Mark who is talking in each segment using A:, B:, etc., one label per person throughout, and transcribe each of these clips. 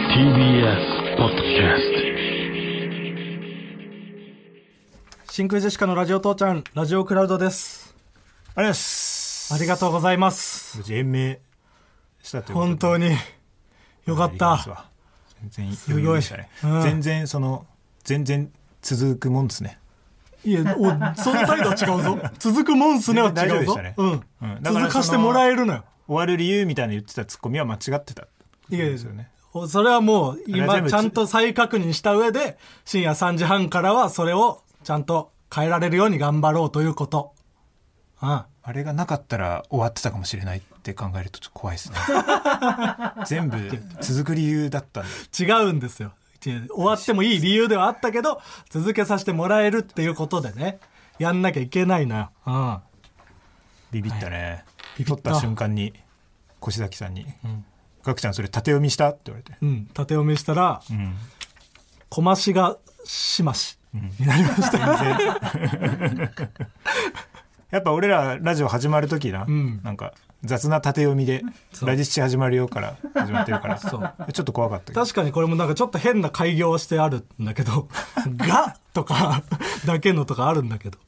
A: TBS ポッドキャス
B: 真空ジェシカのラジオ父ちゃん、ラジオクラウドです。
C: ありがとうございます。
B: ありがとうございます。
C: 無事延命したということで
B: 本当に。よかっ
C: ありがとうございます
B: た。
C: わ全然余裕でしたね。
B: すごいうん
C: 全然その全然続くもんですね。
B: いや、お、その態度は違うぞ。続くもんすねは
C: 大丈夫
B: 違う
C: でし
B: ぞ。
C: たね
B: うん
C: うん。だからその
B: 続かしてもらえるのよ。
C: 終わる理由みたいな言ってたツッコミは間違ってた。
B: いやいや
C: ですよね。
B: おそれはもう、
C: あれ
B: 今、
C: 全部
B: ちゃんと再確認した上で、深夜3時半からはそれを、ちゃんと変えられるように頑張ろうということ。うん。
C: あれがなかったら終わってたかもしれないって考えるとちょっと怖い ですね。全部続く理由だったんで。
B: 違うんですよ。いや終わってもいい理由ではあったけど、続けさせてもらえるっていうことでね、やんなきゃいけないのよ。うん。
C: ビビったね。
B: ビビ
C: 撮
B: っ
C: ったた瞬間に越崎さんに、ガクちゃんそれ縦読みしたって言われて。
B: うん、縦読みしたら、
C: ん
B: こましがしまし、になりま した。
C: やっぱ俺らラジオ始まる時な、
B: ん
C: なんか雑な縦読みで「
B: う
C: ラジ七始まるよ」から始まって るから
B: う
C: ちょっと怖かったけど
B: 確かにこれもなんかちょっと変な開業してあるんだけ ど、がとか、 だけのとかあるんだけど、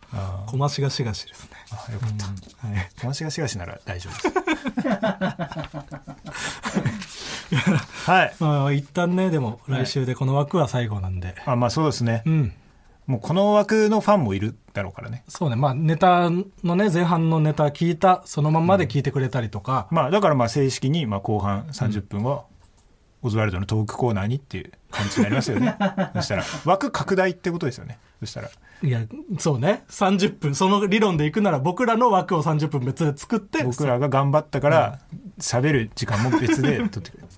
B: こましがしがしですね。
C: あよかった、
B: はい。
C: このしがしがしなら大丈夫 ですはい
B: まあ一旦ね、でも来週でこの枠は最後なんで。
C: あまあそうですね、
B: うん。
C: もうこの枠のファンもいるだろうからね
B: そうね。まあネタのね、前半のネタ聞いた、そのまんまで聞いてくれたりとか、
C: まあだからまあ正式にまあ後半30分はオズワルドのトークコーナーにっていう感じになります よねそしたら枠拡大ってことですよねそしたら
B: いや、そうね。30分、その理論でいくなら僕らの枠を30分別で作 って、
C: 僕らが頑張ったから喋る時間も 別で取ってくれる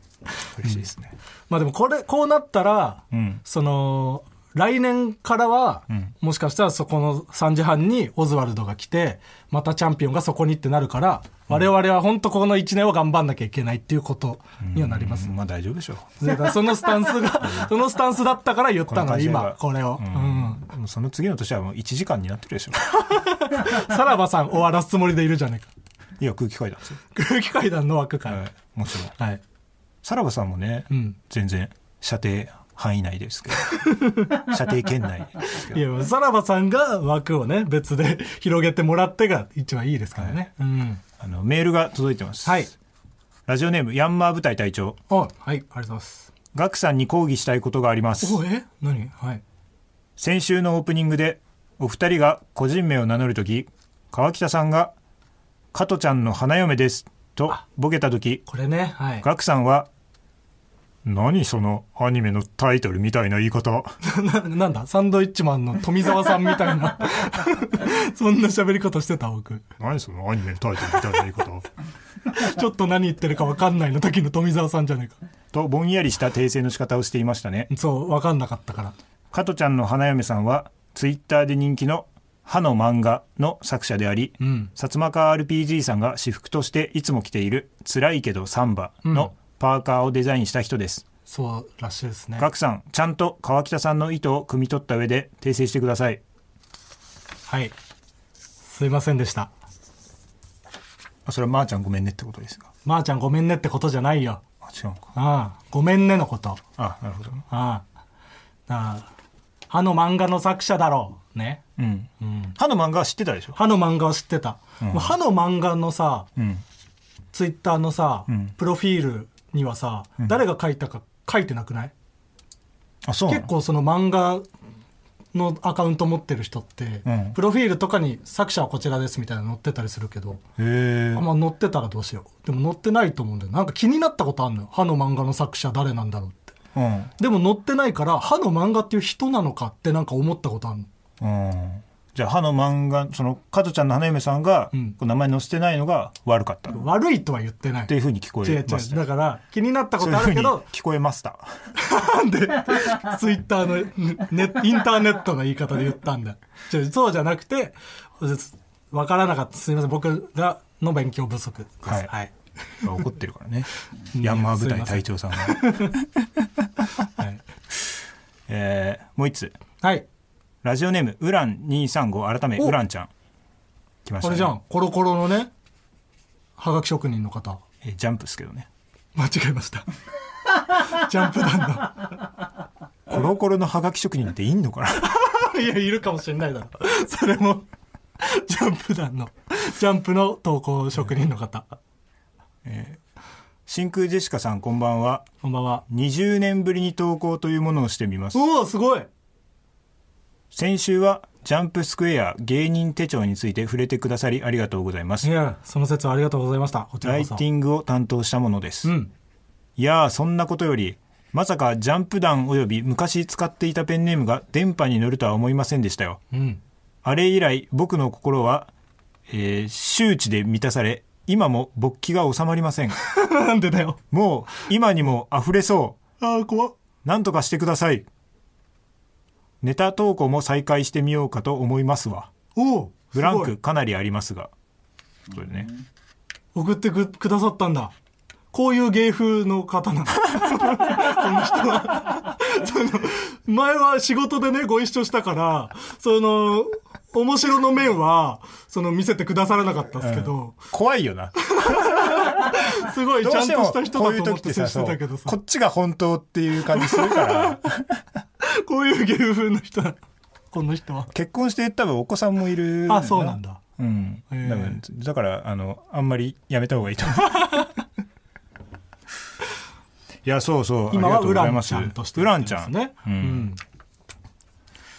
C: 嬉しいですね、
B: まあでもこれ、こうなったら、
C: うん
B: その、来年からは、
C: ん
B: もしかしたらそこの3時半にオズワルドが来て、またチャンピオンがそこにってなるから、我々は本当この1年を頑張んなきゃいけないっていうことにはなります。
C: まあ大丈夫でしょう
B: だからそのスタンスが、 そのスタンスだったから言っ
C: こ
B: たの、
C: 感じでは
B: 今、これを。
C: うん
B: うん
C: もうその次の年はもう1時間になっ てるでしょ
B: さらばさん終わらすつもりでいるじゃないか。
C: いや空気階段ですよ、
B: 空気階段の枠から。
C: はい、もちろん
B: はい。
C: さらばさんもね、
B: うん
C: 全然射程範囲内で すけど射程圏内ですけ
B: い
C: ど
B: や、さらばさんが枠をね、別で 広げてもらってが一番いいですからね。うん。
C: あのメールが届いてます、
B: はい。
C: ラジオネームヤンマー部隊隊長
B: おはい、ありがとうございます。
C: ガクさんに抗議したいことがあります
B: おえ何はい。
C: 先週のオープニングでお二人が個人名を名乗るとき川北さんが「加トちゃんの花嫁です」とボケたとき
B: これね、はい。
C: ガクさんは「何そのアニメのタイトルみたいな言い方
B: な、なんだサンドイッチマンの富澤さんみたい な。そんな喋り方してた僕。
C: 何そのアニメのタイトルみたいな言い方」
B: ちょっと何言ってるか分かんないの時の富澤さんじゃねえか。
C: とぼんやりした訂正の仕方をしていましたね
B: そう、分かんなかったから。
C: 加トちゃんの花嫁さんはツイッターで人気の「歯の漫画」の作者であり、
B: うん。
C: 薩摩川 RPG さんが私服としていつも着ている「辛いけどサンバ」
B: うん
C: のパーカーをデザインした人です、
B: そうらしいですね。
C: ガクさん、ちゃんと川北さんの意図を汲み取った上で訂正してください。
B: はい。すいませんでした。
C: それはまーちゃんごめんねってことですか。
B: まー、ちゃんごめんねってことじゃないよ。
C: あ、違うのか。
B: ああ、ごめんねのこと。
C: あ、なるほど。
B: ああ。ああ。あの漫画の作者だろう。ね。
C: うん。歯の漫画は知ってたでしょ
B: 歯の漫画は知ってた。もう歯の漫画のさ、
C: うん。
B: ツイッターのさ、
C: ん
B: プロフィールにはさ、誰が書いたか書いてなくない
C: あ、そうな
B: 結
C: の
B: 構その漫画のアカウント持ってる人って、
C: うん
B: プロフィールとかに作者はこちらですみたいなの載ってたりするけど、
C: へ
B: あんま載ってたらどうしよう。でも載ってないと思うんだよ。なんか気になったことあんのよ。歯の漫画の作者誰なんだろうって。
C: え。うん。
B: でも載ってないから、歯の漫画っていう人なのかってなんか思ったことあんの。
C: うん。じゃあ歯の漫画、その、加トちゃんの花嫁さんが、
B: うん
C: こう名前載せてないのが悪かった。っ
B: 悪いとは言ってない。
C: ていうふうに聞こ
B: 違う違
C: え
B: う
C: ました。
B: だから気になったこ
C: そうい
B: と
C: う
B: あ
C: ふう
B: る
C: に
B: けど
C: 聞こえ ました。
B: なんでツイッターのねインターネットの言い方で言ったんだ違うそうじゃなくて分からなかったすみません僕らの勉強不足ですは、
C: はいい怒ってるからね。ヤンマー部隊隊長さんが。
B: はい
C: えー、もう一つ。
B: はい
C: ラジオネーム、ウラン235、改め、
B: お
C: ウランちゃん。来まし
B: こ
C: た、
B: れ
C: ね。
B: じゃんコロコロのねはがき職人の方
C: えージャンプっすけどね。
B: 間違えました ジャンプ団
C: コロコロのハガキ職人っていんのかな
B: の。いや、いるかもしれないだろ。それも、ジャンプ団の、ジャンプの投稿職人の方。
C: 真空ジェシカさんこんばんは
B: こんばんは。
C: 20年ぶりに投稿というものをしてみます
B: おお、すごい
C: 先週はジャンプスクエア芸人手帳について触れてくださりありがとうございま
B: い
C: す
B: や、その説はありがとうございました。こちら
C: ラ
B: こ
C: イ
B: そ。
C: ティングを担当したものです、
B: うん。
C: いやーそんなことよりまさかジャンプ団および昔使っていたペンネームが電波に乗るとは思いませんでしたよ
B: うん。
C: あれ以来僕の心は、えー周知で満たされ今も勃起が収まりません
B: なんでだよ。
C: もう今にも溢れそ
B: ああ、怖っ。
C: うなんとかしてくださいネタ投稿も再開してみようかと思いますわ
B: おお。
C: ブラン
B: すご
C: ク
B: い
C: かなりありますがこれね
B: 送ってくくださったんだ。こういう芸風の方 なの。この人は。その、前は仕事でね、ご一緒したから、その、面白の面は、その、見せてくださらなかったんですけど、
C: 怖いよな
B: すごい、
C: どう
B: ちゃん
C: し
B: と
C: ても
B: した人
C: こう
B: だ
C: いう
B: と思っ
C: 時ってて
B: 接
C: さ
B: してたけどさ、
C: そう
B: こ
C: こっちが本当っていう感じするから
B: こういう芸風の人なのこの人は。
C: 結婚して多分お子さんもいる
B: あ、そうなんだ。
C: うん、多
B: へえ
C: 分だからあのあんまりやめた方がいいと 思ういやそうそう
B: 今は
C: ありがとう
B: ウ
C: ござ
B: ラ
C: い
B: ン
C: ます
B: ちゃんとして
C: ウ
B: や
C: ラ
B: っ
C: ン
B: て
C: ち
B: る
C: ゃん
B: ですね。
C: うん
B: うん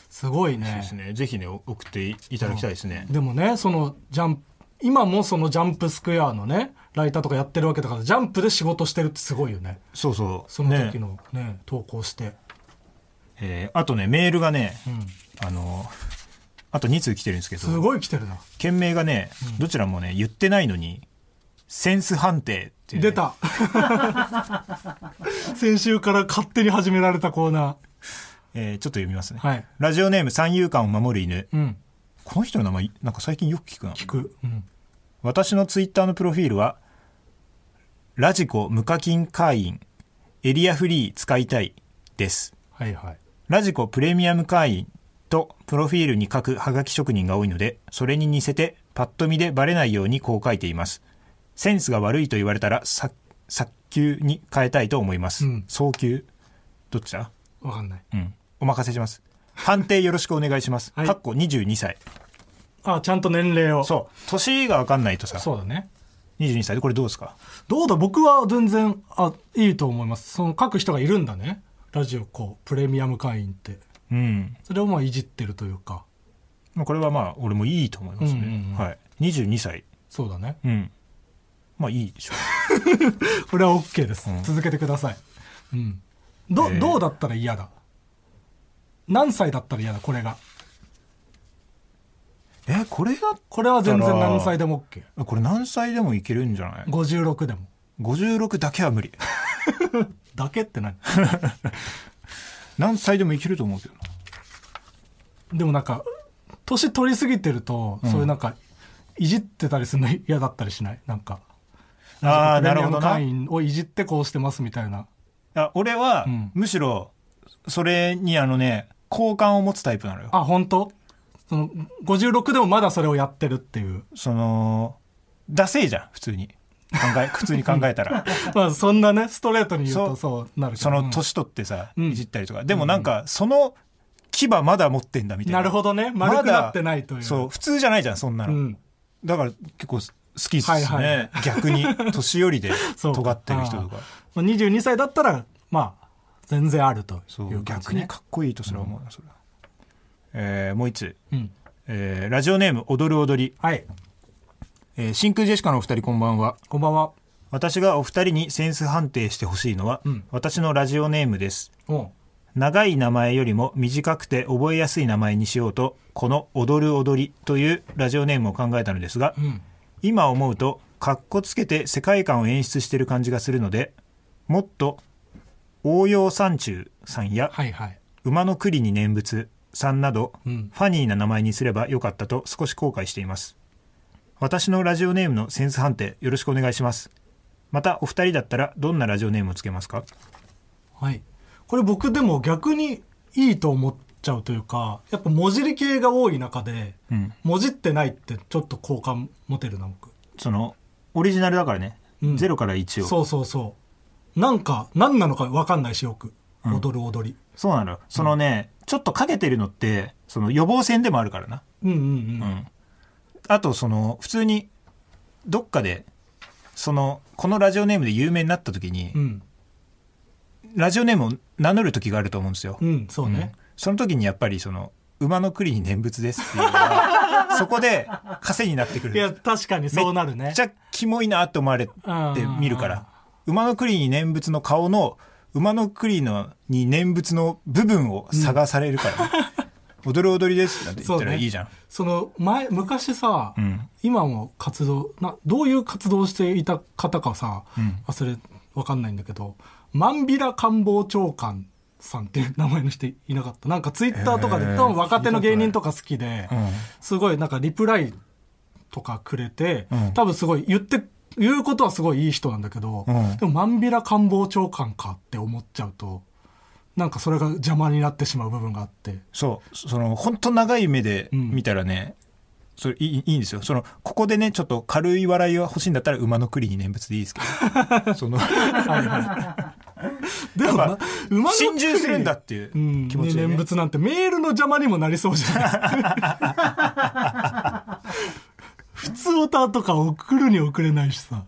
B: すごい
C: そう
B: ね
C: で。すねぜひねお送っていただきたいですね、
B: でもね、そのジャンプ、今もそのジャンプスクエアのね、ライターとかやってるわけだから、ジャンプで仕事してるってすごいよね。
C: そうそう
B: その時
C: ね
B: のね、投稿して。
C: えーあとねメールがね、
B: うん。
C: あのあと2通来てるんですけ
B: す
C: ど
B: ごい来てるな。
C: 件名がね、どちらもね言ってないのにセンス判定っていうね、
B: 出 た。先週から勝手に始められたコーナ
C: えーちょっと読みますね、
B: ー。はい。
C: ラジオネーム三遊間を守る犬
B: うん。
C: この人の名前なんか最近よく聞くな
B: 聞く。うん。
C: 私のツイッターのプロフィールは、ラジコ無課金会員、エリアフリー使いたいです。
B: はいはい。
C: ラジコプレミアム会員とプロフィールに書くハガキ職人が多いので、それに似せてパッと見でバレないようにこう書いています。センスが悪いと言われたら、さ早急に変えたいと思います。
B: うん
C: 早急。どっちだ
B: わかんない。
C: うん。お任せします。判定よろしくお願いします。
B: はい
C: かっこ22歳。
B: あ、ちゃんと年齢を。
C: そう。年がわかんないとさ、
B: そうだね。
C: 22歳でこれどうですか
B: どうだ僕は全然あいいと思いますその書く人がいるんだねラジオこうプレミアム会員って
C: うん。
B: それをまあいじってるというか
C: まあ、これはまあ俺もいいと思いますね、
B: うんうんうん
C: はい、22歳
B: そうだね
C: うんまあいいでしょ
B: これは OK です、
C: うん
B: 続けてくださいうんど,、
C: えー
B: どうだったら嫌だ何歳だったら嫌だこれが
C: うえこれが
B: これは全然
C: だから
B: 何歳でも OK
C: これ何歳でもいけるんじゃない
B: 56でも
C: 56だけは無理
B: だけって何
C: 何歳でもいけると思うけどな
B: でもなんか年取りすぎてると、そういうなんかいじってたりするの嫌だったりしないなんか
C: あーなるほどな
B: プレミアム会員をいじってこうしてますみたいな
C: あ俺は、
B: うん
C: むしろそれにあのね好感を持つタイプなのよ
B: あ、本当その、56でもまだそれをやってるっていう。
C: そのダセえじゃん普通に考え 普通に考えたら
B: まあ、そんなね、ストレートに言うと
C: そ
B: そうなるけど
C: そ
B: うん
C: の年取ってさ、
B: うん
C: いじったりとかでもなんか、その牙まだ持ってんだみたいな
B: なるほどね。丸くなってないという。
C: そう普通じゃないじゃんそんな
B: う
C: の、
B: ん。
C: だから結構好きっすね、
B: はいはい
C: 逆に年寄りで
B: そう
C: 尖ってる人とか
B: まあ22歳だったら、まあ、全然あるという
C: そう
B: 感
C: 逆
B: じね
C: にかっこいいとすら思うなそれは、えーもう一つ、
B: うん。
C: えーラジオネーム「踊る踊り
B: はい。」
C: えー真空ジェシカのお二人こんばんは
B: こんばんは。
C: 私がお二人にセンス判定してほしいのは、
B: うん
C: 私のラジオネームです
B: おう
C: 長い名前よりも短くて覚えやすい名前にしようとこの「踊る踊り」というラジオネームを考えたのですが、
B: うん。
C: 今思うとかっこつけて世界観を演出してる感じがするのでもっと応用山中さんや
B: はいはい。
C: 馬の栗に念仏さんなど、
B: うん
C: ファニーな名前にすればよかったと少し後悔しています私のラジオネームのセンス判定よろしくお願いしますまたお二人だったらどんなラジオネームをつけますか
B: はい。これ僕でも逆にいいと思っちゃうというか、やっぱ文字り系が多い中で、
C: うん
B: 文字ってないってちょっと好感持てるな、僕。
C: そのオリジナルだからね、
B: うん
C: 0から1を
B: そうそうそなんか、何なのか分かんないし、よく。踊る踊り。
C: そうなのよそのね、ちょっとかけてるのってその予防線でもあるからな
B: うんうん
C: う
B: うん。
C: ん、あとその普通にどっかでそのこのラジオネームで有名になった時に、
B: うん。
C: ラジオネームを名乗る時があると思うんですよ、
B: うん、そう
C: うん
B: ね。
C: その時にやっぱりその「馬の栗に念仏です」っていうの がそこで枷になってくる
B: いや、確かにそうなる
C: め
B: ね
C: っち。ゃキモいなって思われて見るから「馬の栗に念仏」の顔の馬の栗のに念仏の部分を探されるか らね、踊る踊りですなんて言ったらいいじゃん、
B: その、前、昔さ、
C: ん
B: 今も活動な、どういう活動をしていた方かさ、忘れ、わかんないんだけど、マンビラ官房長官さんっていう名前の人いなかった。なんかツイッターとかで、
C: へー
B: 多分若手の芸人とか好きで、
C: うん
B: すごいなんかリプライとかくれて、
C: うん
B: 多分すごい言って、言うことはすごいいい人なんだけど、
C: うん
B: でもマンビラ官房長官かって思っちゃうと、なんかそれが邪魔になってしまう部分があって。
C: そう、その、本当長い目で
B: うん
C: 見たらね、それいい、いいんですよ。その、ここでね、ちょっと軽い笑いが欲しいんだったら、馬の栗に念仏でいいですけ ど。その、
B: でも
C: や
B: な
C: っぱ、
B: 馬の
C: 心中するんだっていう
B: うん、
C: 気持ち
B: に
C: で、ね
B: 念仏なんてメールの邪魔にもなりそうじゃない 普通歌とか送るに送れないしさ。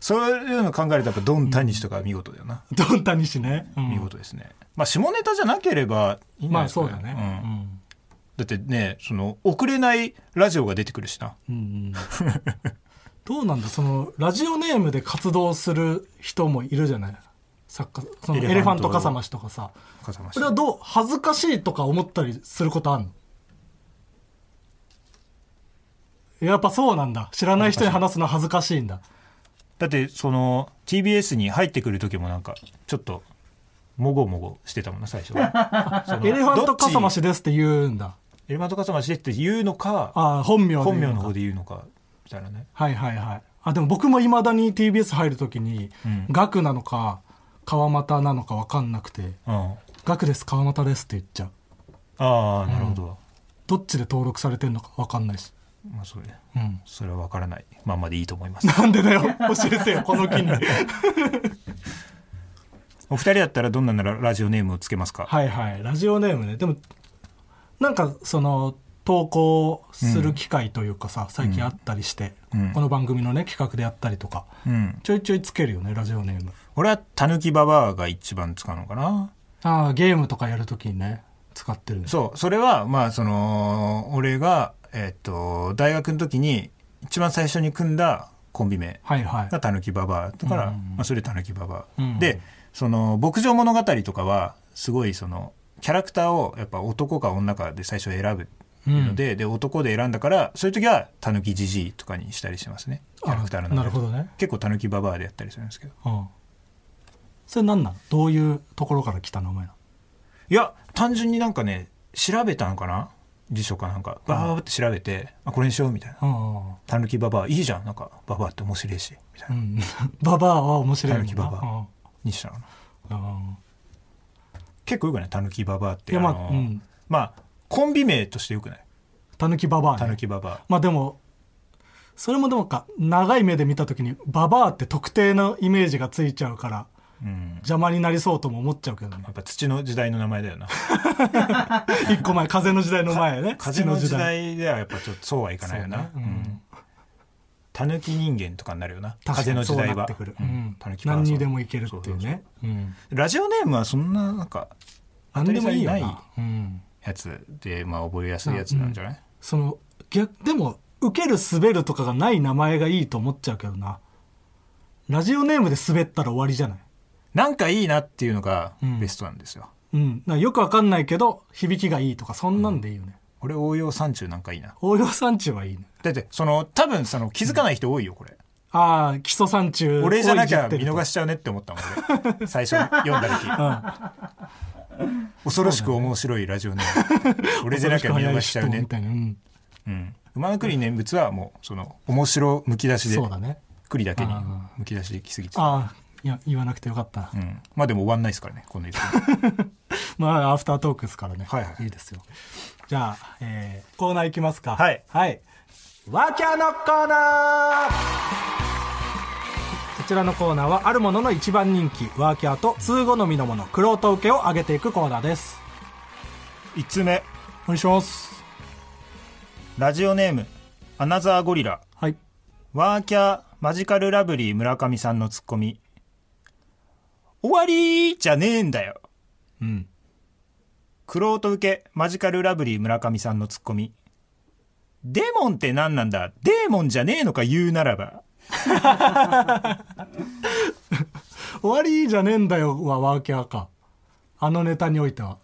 C: そういうの考えると、やっぱ、ドン・タニシとか見事だよな。
B: どんたにしね。うん
C: 見事ですね。まあ、下ネタじゃなければいいんじ
B: ま
C: ゃな
B: あ
C: いですか、
B: そうだね。
C: うんだってね、その、遅れないラジオが出てくるしな。
B: うんうんどうなんだそのラジオネームで活動する人もいるじゃない作家そのエ
C: エ
B: レ
C: レフ
B: フ
C: ァ
B: ァ
C: ン
B: ン
C: ト
B: トかさましとかさ
C: 笠間氏
B: それはどう恥ずかしいとか思ったりすることあんのやっぱそうなんだ知らない人に話すのは恥ずかしいんだ
C: だって、その、TBS に入ってくる時もなんか、ちょっと、もごもごしてたもんな、最 初は。その
B: エレファン
C: ど
B: ト
C: っち
B: かさましですって言うんだ
C: エレマントカサマシって言うのか、
B: ああ本名で言う
C: 本名
B: か
C: の方で言うのか、みたいなね。
B: はいはいはいあでも僕もいまだに TBS 入るときに、
C: うん
B: ガクなのか川又なのか分かんなくて
C: うん。あ
B: 「ガクです川又です」って言っちゃう
C: あ、なるほど。
B: どっちで登録されてんのか分かんないし。
C: まあ、それ、
B: うん。
C: それはわからないまんまでいいと思いま す。
B: なんでだよ。教えてよ、この機に。
C: お二人だったらどんなならラジオネームをつけますか、
B: はいはい。ラジオネームね。でも、なんか、その、投稿する機会というかさ、最近あったりして、
C: うん
B: この番組のね、企画でやったりとか、
C: うん。
B: ちょいちょいつけるよね、ラジオネーム。
C: 俺はたぬきババアが一番使うのかな。
B: ああ、ゲームとかやるときにね、使ってるね。
C: そう、それは、まあ、その、俺が、えっと、大学の時に一番最初に組んだコンビ名
B: はいはい。
C: がたぬきババアだから、
B: うん
C: まあ、それたぬきババ
B: う
C: ア、
B: ん
C: でその牧場物語とかはすごいそのキャラクターをやっぱ男か女かで最初選ぶので,、で男で選んだからそういう時はたぬきじじいとかにしたりしてますねキャラクターの
B: あ
C: 名
B: な
C: 前
B: るほどね。
C: 結構たぬきババアでやったりするんですけど
B: うん。それなんなんどういうところから来た名前なの
C: いや単純になんかね調べたのかな辞書かなんかバーって調べて、あこれにしようみたいな
B: うん
C: 「たぬきババアいいじゃんなんかババアって面白いし」みたいな、
B: うん。 ババアは面白いもんな
C: 狸ババア
B: うん
C: にしたのかな
B: うん
C: 結構よくないたぬきババアって
B: いやまあ
C: あの
B: うん
C: まあコンビ名としてよくない
B: たぬきババア
C: た
B: ね、
C: ぬきババア
B: まあでもそれもでもか長い目で見た時にババアって特定のイメージがついちゃうから
C: うん
B: 邪魔になりそうとも思っちゃうけど ね
C: やっぱ土の時代の名前だ よな。
B: 一個前風の時代の前ね
C: 風の時
B: 土
C: 代ではやっぱちょっとそうはいかないよな
B: そう。ねうん
C: たぬき人間とかになるよな。
B: 確
C: 風
B: か
C: の
B: に
C: 時
B: そう
C: 代
B: なっ
C: は
B: てくる。
C: う
B: うんん
C: 狸ババア
B: 何にでもいけるっていう
C: そうそう
B: ねうん
C: そうラジオネームはそんな、なんか、
B: 何でもいいよ
C: 当たり障
B: なうん
C: りないやつで、まあ覚えやすいやつなんじゃない
B: その逆でも受ける滑るとかがない名前がいいと思っちゃうけどなラジオネームで滑ったら終わりじゃない
C: なんかいいなっていうのが
B: うん
C: ベストなんですよ。
B: うん、だからよくわかんないけど響きがいいとかそんなんでいいよね、
C: 俺応用三中なんかいいな。
B: 応用産地はいいね
C: だって、その、多分その気づかない人多いよ、これ。
B: ああ基礎産中
C: 俺じゃなきゃ見逃
B: し
C: しちゃうねって思ったもん、俺。最初読んだ時。恐ろしく面白いラジオネーム。俺じゃなきゃ見逃しちゃうね
B: みたいな、うん、
C: うん、馬の栗念仏はもうその面白むき出しで
B: そうだね
C: 栗だけに
B: あー
C: むき出しできすぎて、
B: ああいや言わなくてよかったな、
C: うん、まあでも終わんないですからねこの一本
B: まあアフタートークですからね
C: はいはい
B: いですよじゃあ、えーコーナーいきますか
C: はい
B: はいワーキャーのコーナーこちらのコーナーはあるものの一番人気ワーキャーと通好みのものクロート受けを上げていくコーナーです
C: 1つ目
B: お願いします
C: ラジオネームアナザーゴリラ
B: はい
C: ワーキャーマジカルラブリー村上さんのツッコミ終わりーじゃねえんだよ
B: うん
C: クロート受けマジカルラブリー村上さんのツッコミデモンって何なんだデーモンじゃねえのか言うならば
B: 終わりじゃねえんだよはワーキャーかあのネタにおいては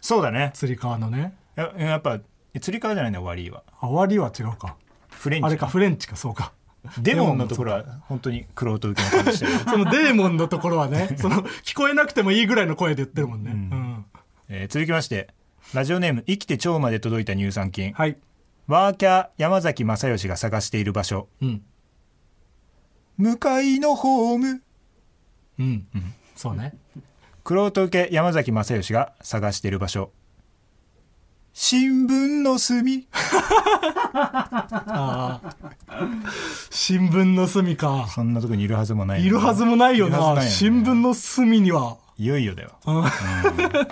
C: そうだね
B: つり革のね
C: ややっぱ釣り革じゃないんだ終わりーは
B: あ終わりは違うか
C: フレンチ
B: あれかフレンチかそうか
C: デモンのところは本当にクロート受けの感じしてる
B: そのデーモンのところはねその聞こえなくてもいいぐらいの声で言ってるもんね、うん
C: えー続きましてラジオネーム生きて腸まで届いた乳酸菌
B: はい
C: ワーキャー山崎正義が探している場所
B: うん
C: 向かいのホーム
B: うん、うん、そうね
C: クロート受け山崎正義が探している場所新聞の隅
B: 新聞の隅か
C: そんなとこにいるはずもない
B: いるはずもないよ
C: いるはず
B: な
C: ないよね
B: 新聞の隅にはい
C: よいよだよ、
B: 広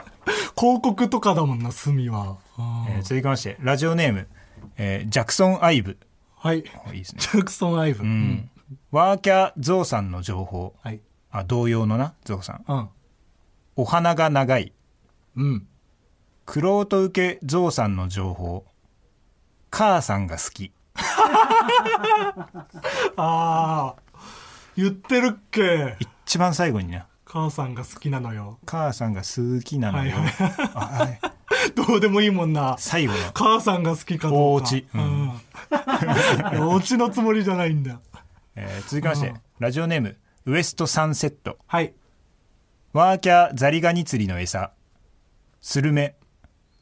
B: 告とかだもんな隅は、うん
C: えー続きましてラジオネーム、えージャクソン・アイブ
B: はいジ
C: いいですね、
B: ャクソン・アイブ、う、
C: うんん、ワーキャーゾウさんの情報
B: はい
C: あ同様のなゾウさん
B: うん
C: お花が長い
B: うん
C: クロート受けゾウさんの情報母さんが好き
B: ああ言ってるっけ
C: 一番最後にね
B: 母さんが好きなのよ
C: 母さんが好きなのよ、
B: はい
C: あはい
B: どうでもいいもんな
C: 最後の
B: 母さんが好きかどうか
C: お家う
B: うんんいやお家のつもりじゃないんだ
C: えー続きまして、
B: うん
C: ラジオネームウエストサンセット
B: はい
C: ワーキャーザリガニ釣りの餌スルメ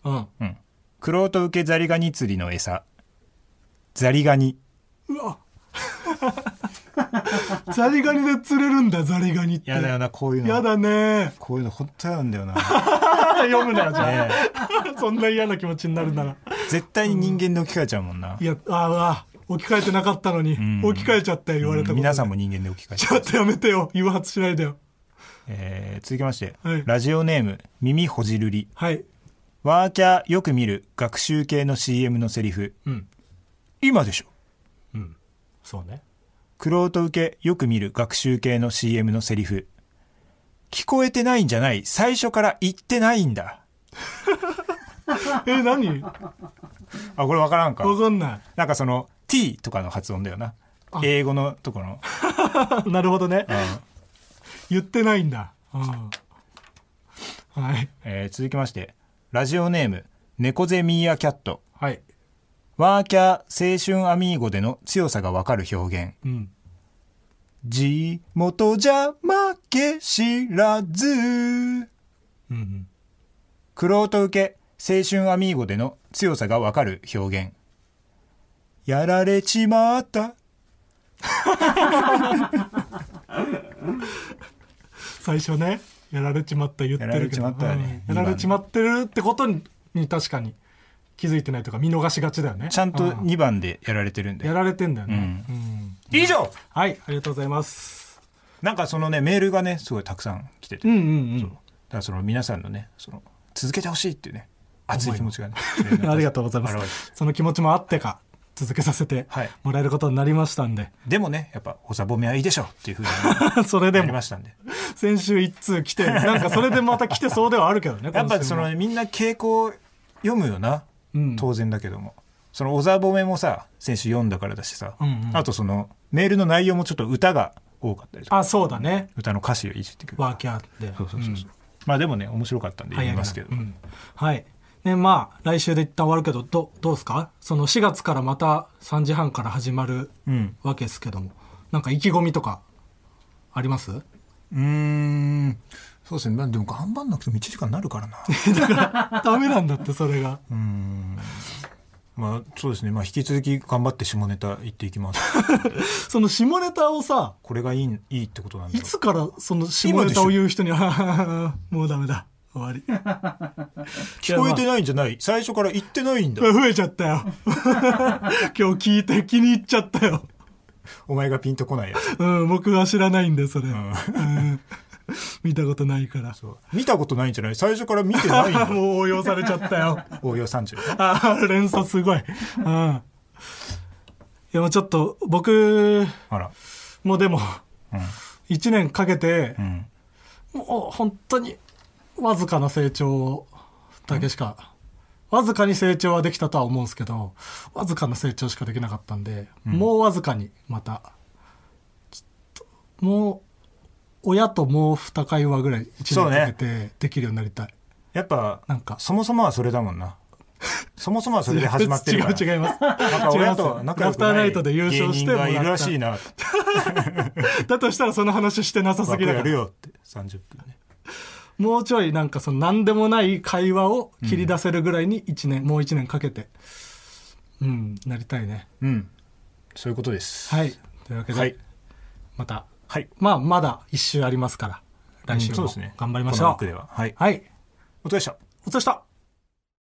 B: うん
C: うんクロート受けザリガニ釣りの餌ザリガニ
B: うわザリガニで釣れるんだザリガニって
C: やだよなこういうの
B: やだね
C: こういうの本当なん だよな、
B: 読むなよじゃあ
C: ねえ
B: そんな嫌な気持ちになるなら
C: 絶対に人間で置き換えちゃうもんな、
B: いやあーうわ置き換えてなかったのに、
C: ん
B: 置き換えちゃったよ言われたこと
C: うん皆さんも人間で置き換えち
B: ち
C: ゃ
B: ょ
C: う
B: っとやめてよ誘発しないでよ
C: えー続きまして、
B: はい
C: ラジオネーム耳ほじるり
B: はい
C: ワーキャーよく見る学習系の CM のセリフ
B: うん
C: 今でしょ
B: うんそうね
C: クロート受けよく見る学習系の CM のセリフ聞こえてないんじゃない最初から言ってないんだ
B: え何わ
C: あこれ分からんか
B: かんない
C: なんかその T とかの発音だよな英語のとこの、
B: あ なるほどね
C: うん
B: 言ってないんだうんはい
C: えー続きましてラジオネーム猫ゼミーアキャット
B: はい
C: ワーキャー青春アミーゴでの強さがわかる表現
B: うん
C: 地元じゃ負け知らず
B: うんうん
C: クロート受け青春アミーゴでの強さがわかる表現やられちまった
B: 最初ねやられちまった言ってるけど
C: やられちまったよね
B: うんやられちまってるってことにに確かに気づいてないとか見逃しがちだよね
C: ちゃんと
B: う
C: 2番でやられてるんで
B: やられてんだよね、うん
C: 以上
B: はいありがとうございます
C: なんかそのねメールがねすごいたくさん来てて、
B: うんう
C: だ
B: ん
C: からその皆さんのねその続けてほしいっていうね熱い気持ちがね
B: うんありがとうございま
C: 現れて
B: すその気持ちもあってか続けさせて
C: はい
B: もらえることになりましたんで、
C: でもねやっぱおさぼめはいいでしょうっていうふうに
B: そ れで
C: なり
B: も
C: ましたんで
B: 先週一通来てなんかそれでまた来てそうではあるけどね
C: やっぱ
B: 今週
C: そ
B: も
C: のみんな傾向を読むよな、
B: うん
C: 当然だけどもそのおざぼめもさ先週読んだからだしさ、
B: うんうん
C: あとそのメールの内容もちょっと歌が多かったりとか
B: あそうだね
C: 歌の歌詞をいじってくる
B: ワーキャーで
C: そうそうそうそうまあでもね面白かったんで
B: はい
C: 言いますけど、
B: うんはい。ね、まあ、来週で一旦終わるけど、ど、どうですかその4月からまた3時半から始まる
C: うん
B: わけですけども、なんか意気込みとかあります
C: うーんそうですねまあでも頑張んなくても1時間になるから な
B: ダメなんだって、それが。
C: まあそうですねまあ引き続き頑張って下ネタ言っていきます
B: その下ネタをさ、
C: これがいいいいってことなんだ
B: い
C: ろ
B: つからその下ネタを言う人に、 もうダメだ。終わり。
C: う聞こえてないんじゃない最初から言ってないんだ
B: 増えちゃったよ。今日聞いて気に入っちゃったよ。
C: お前がピンとこないやつ。
B: うん、僕は知らないんで、それ。
C: ん
B: うん見たことないから。
C: そう見たことないんじゃない最初から見てないの
B: もう応用されちゃったよ。
C: 応用30。
B: ああ、 連鎖すごい。うん。いや、もうちょっと、僕
C: あら。
B: もでも、
C: うん。
B: 1年かけて
C: う、ん。
B: もう本当に、わずかな成長だけしか、わずかに成長はできたとは思うんですけど、わずかな成長しかできなかったんで、もうわずかに、また、ちょっと、もう、親ともう二会話ぐらい1
C: そう
B: 年か
C: ね
B: けてできるようになりたい。
C: やっぱ、
B: なんか
C: そもそもはそれだもんな。そもそもはそれで始まってるから。
B: 違う違います。
C: なんか親と仲良くな
B: ラフターナ
C: い
B: イトで優
C: 芸
B: 勝し
C: 人
B: てもら
C: が
B: った
C: いるらしいな。
B: だとしたらその話してなさす
C: 枠
B: ぎだ
C: や
B: か
C: る
B: ら。
C: よって30分ね。
B: もうちょいなんかその何でもない会話を切り出せるぐらいに1年、もう1年かけて、うん、なりたいね。
C: うん。そういうことです。
B: はい。というわけで、
C: はい。
B: また、
C: はい。
B: まあまだ1週ありますから、来週
C: うんそう
B: も
C: ですね。
B: 頑張りましょ
C: この枠
B: う。
C: では。はい。
B: はい。
C: お疲れでした。
B: お疲れ様でした。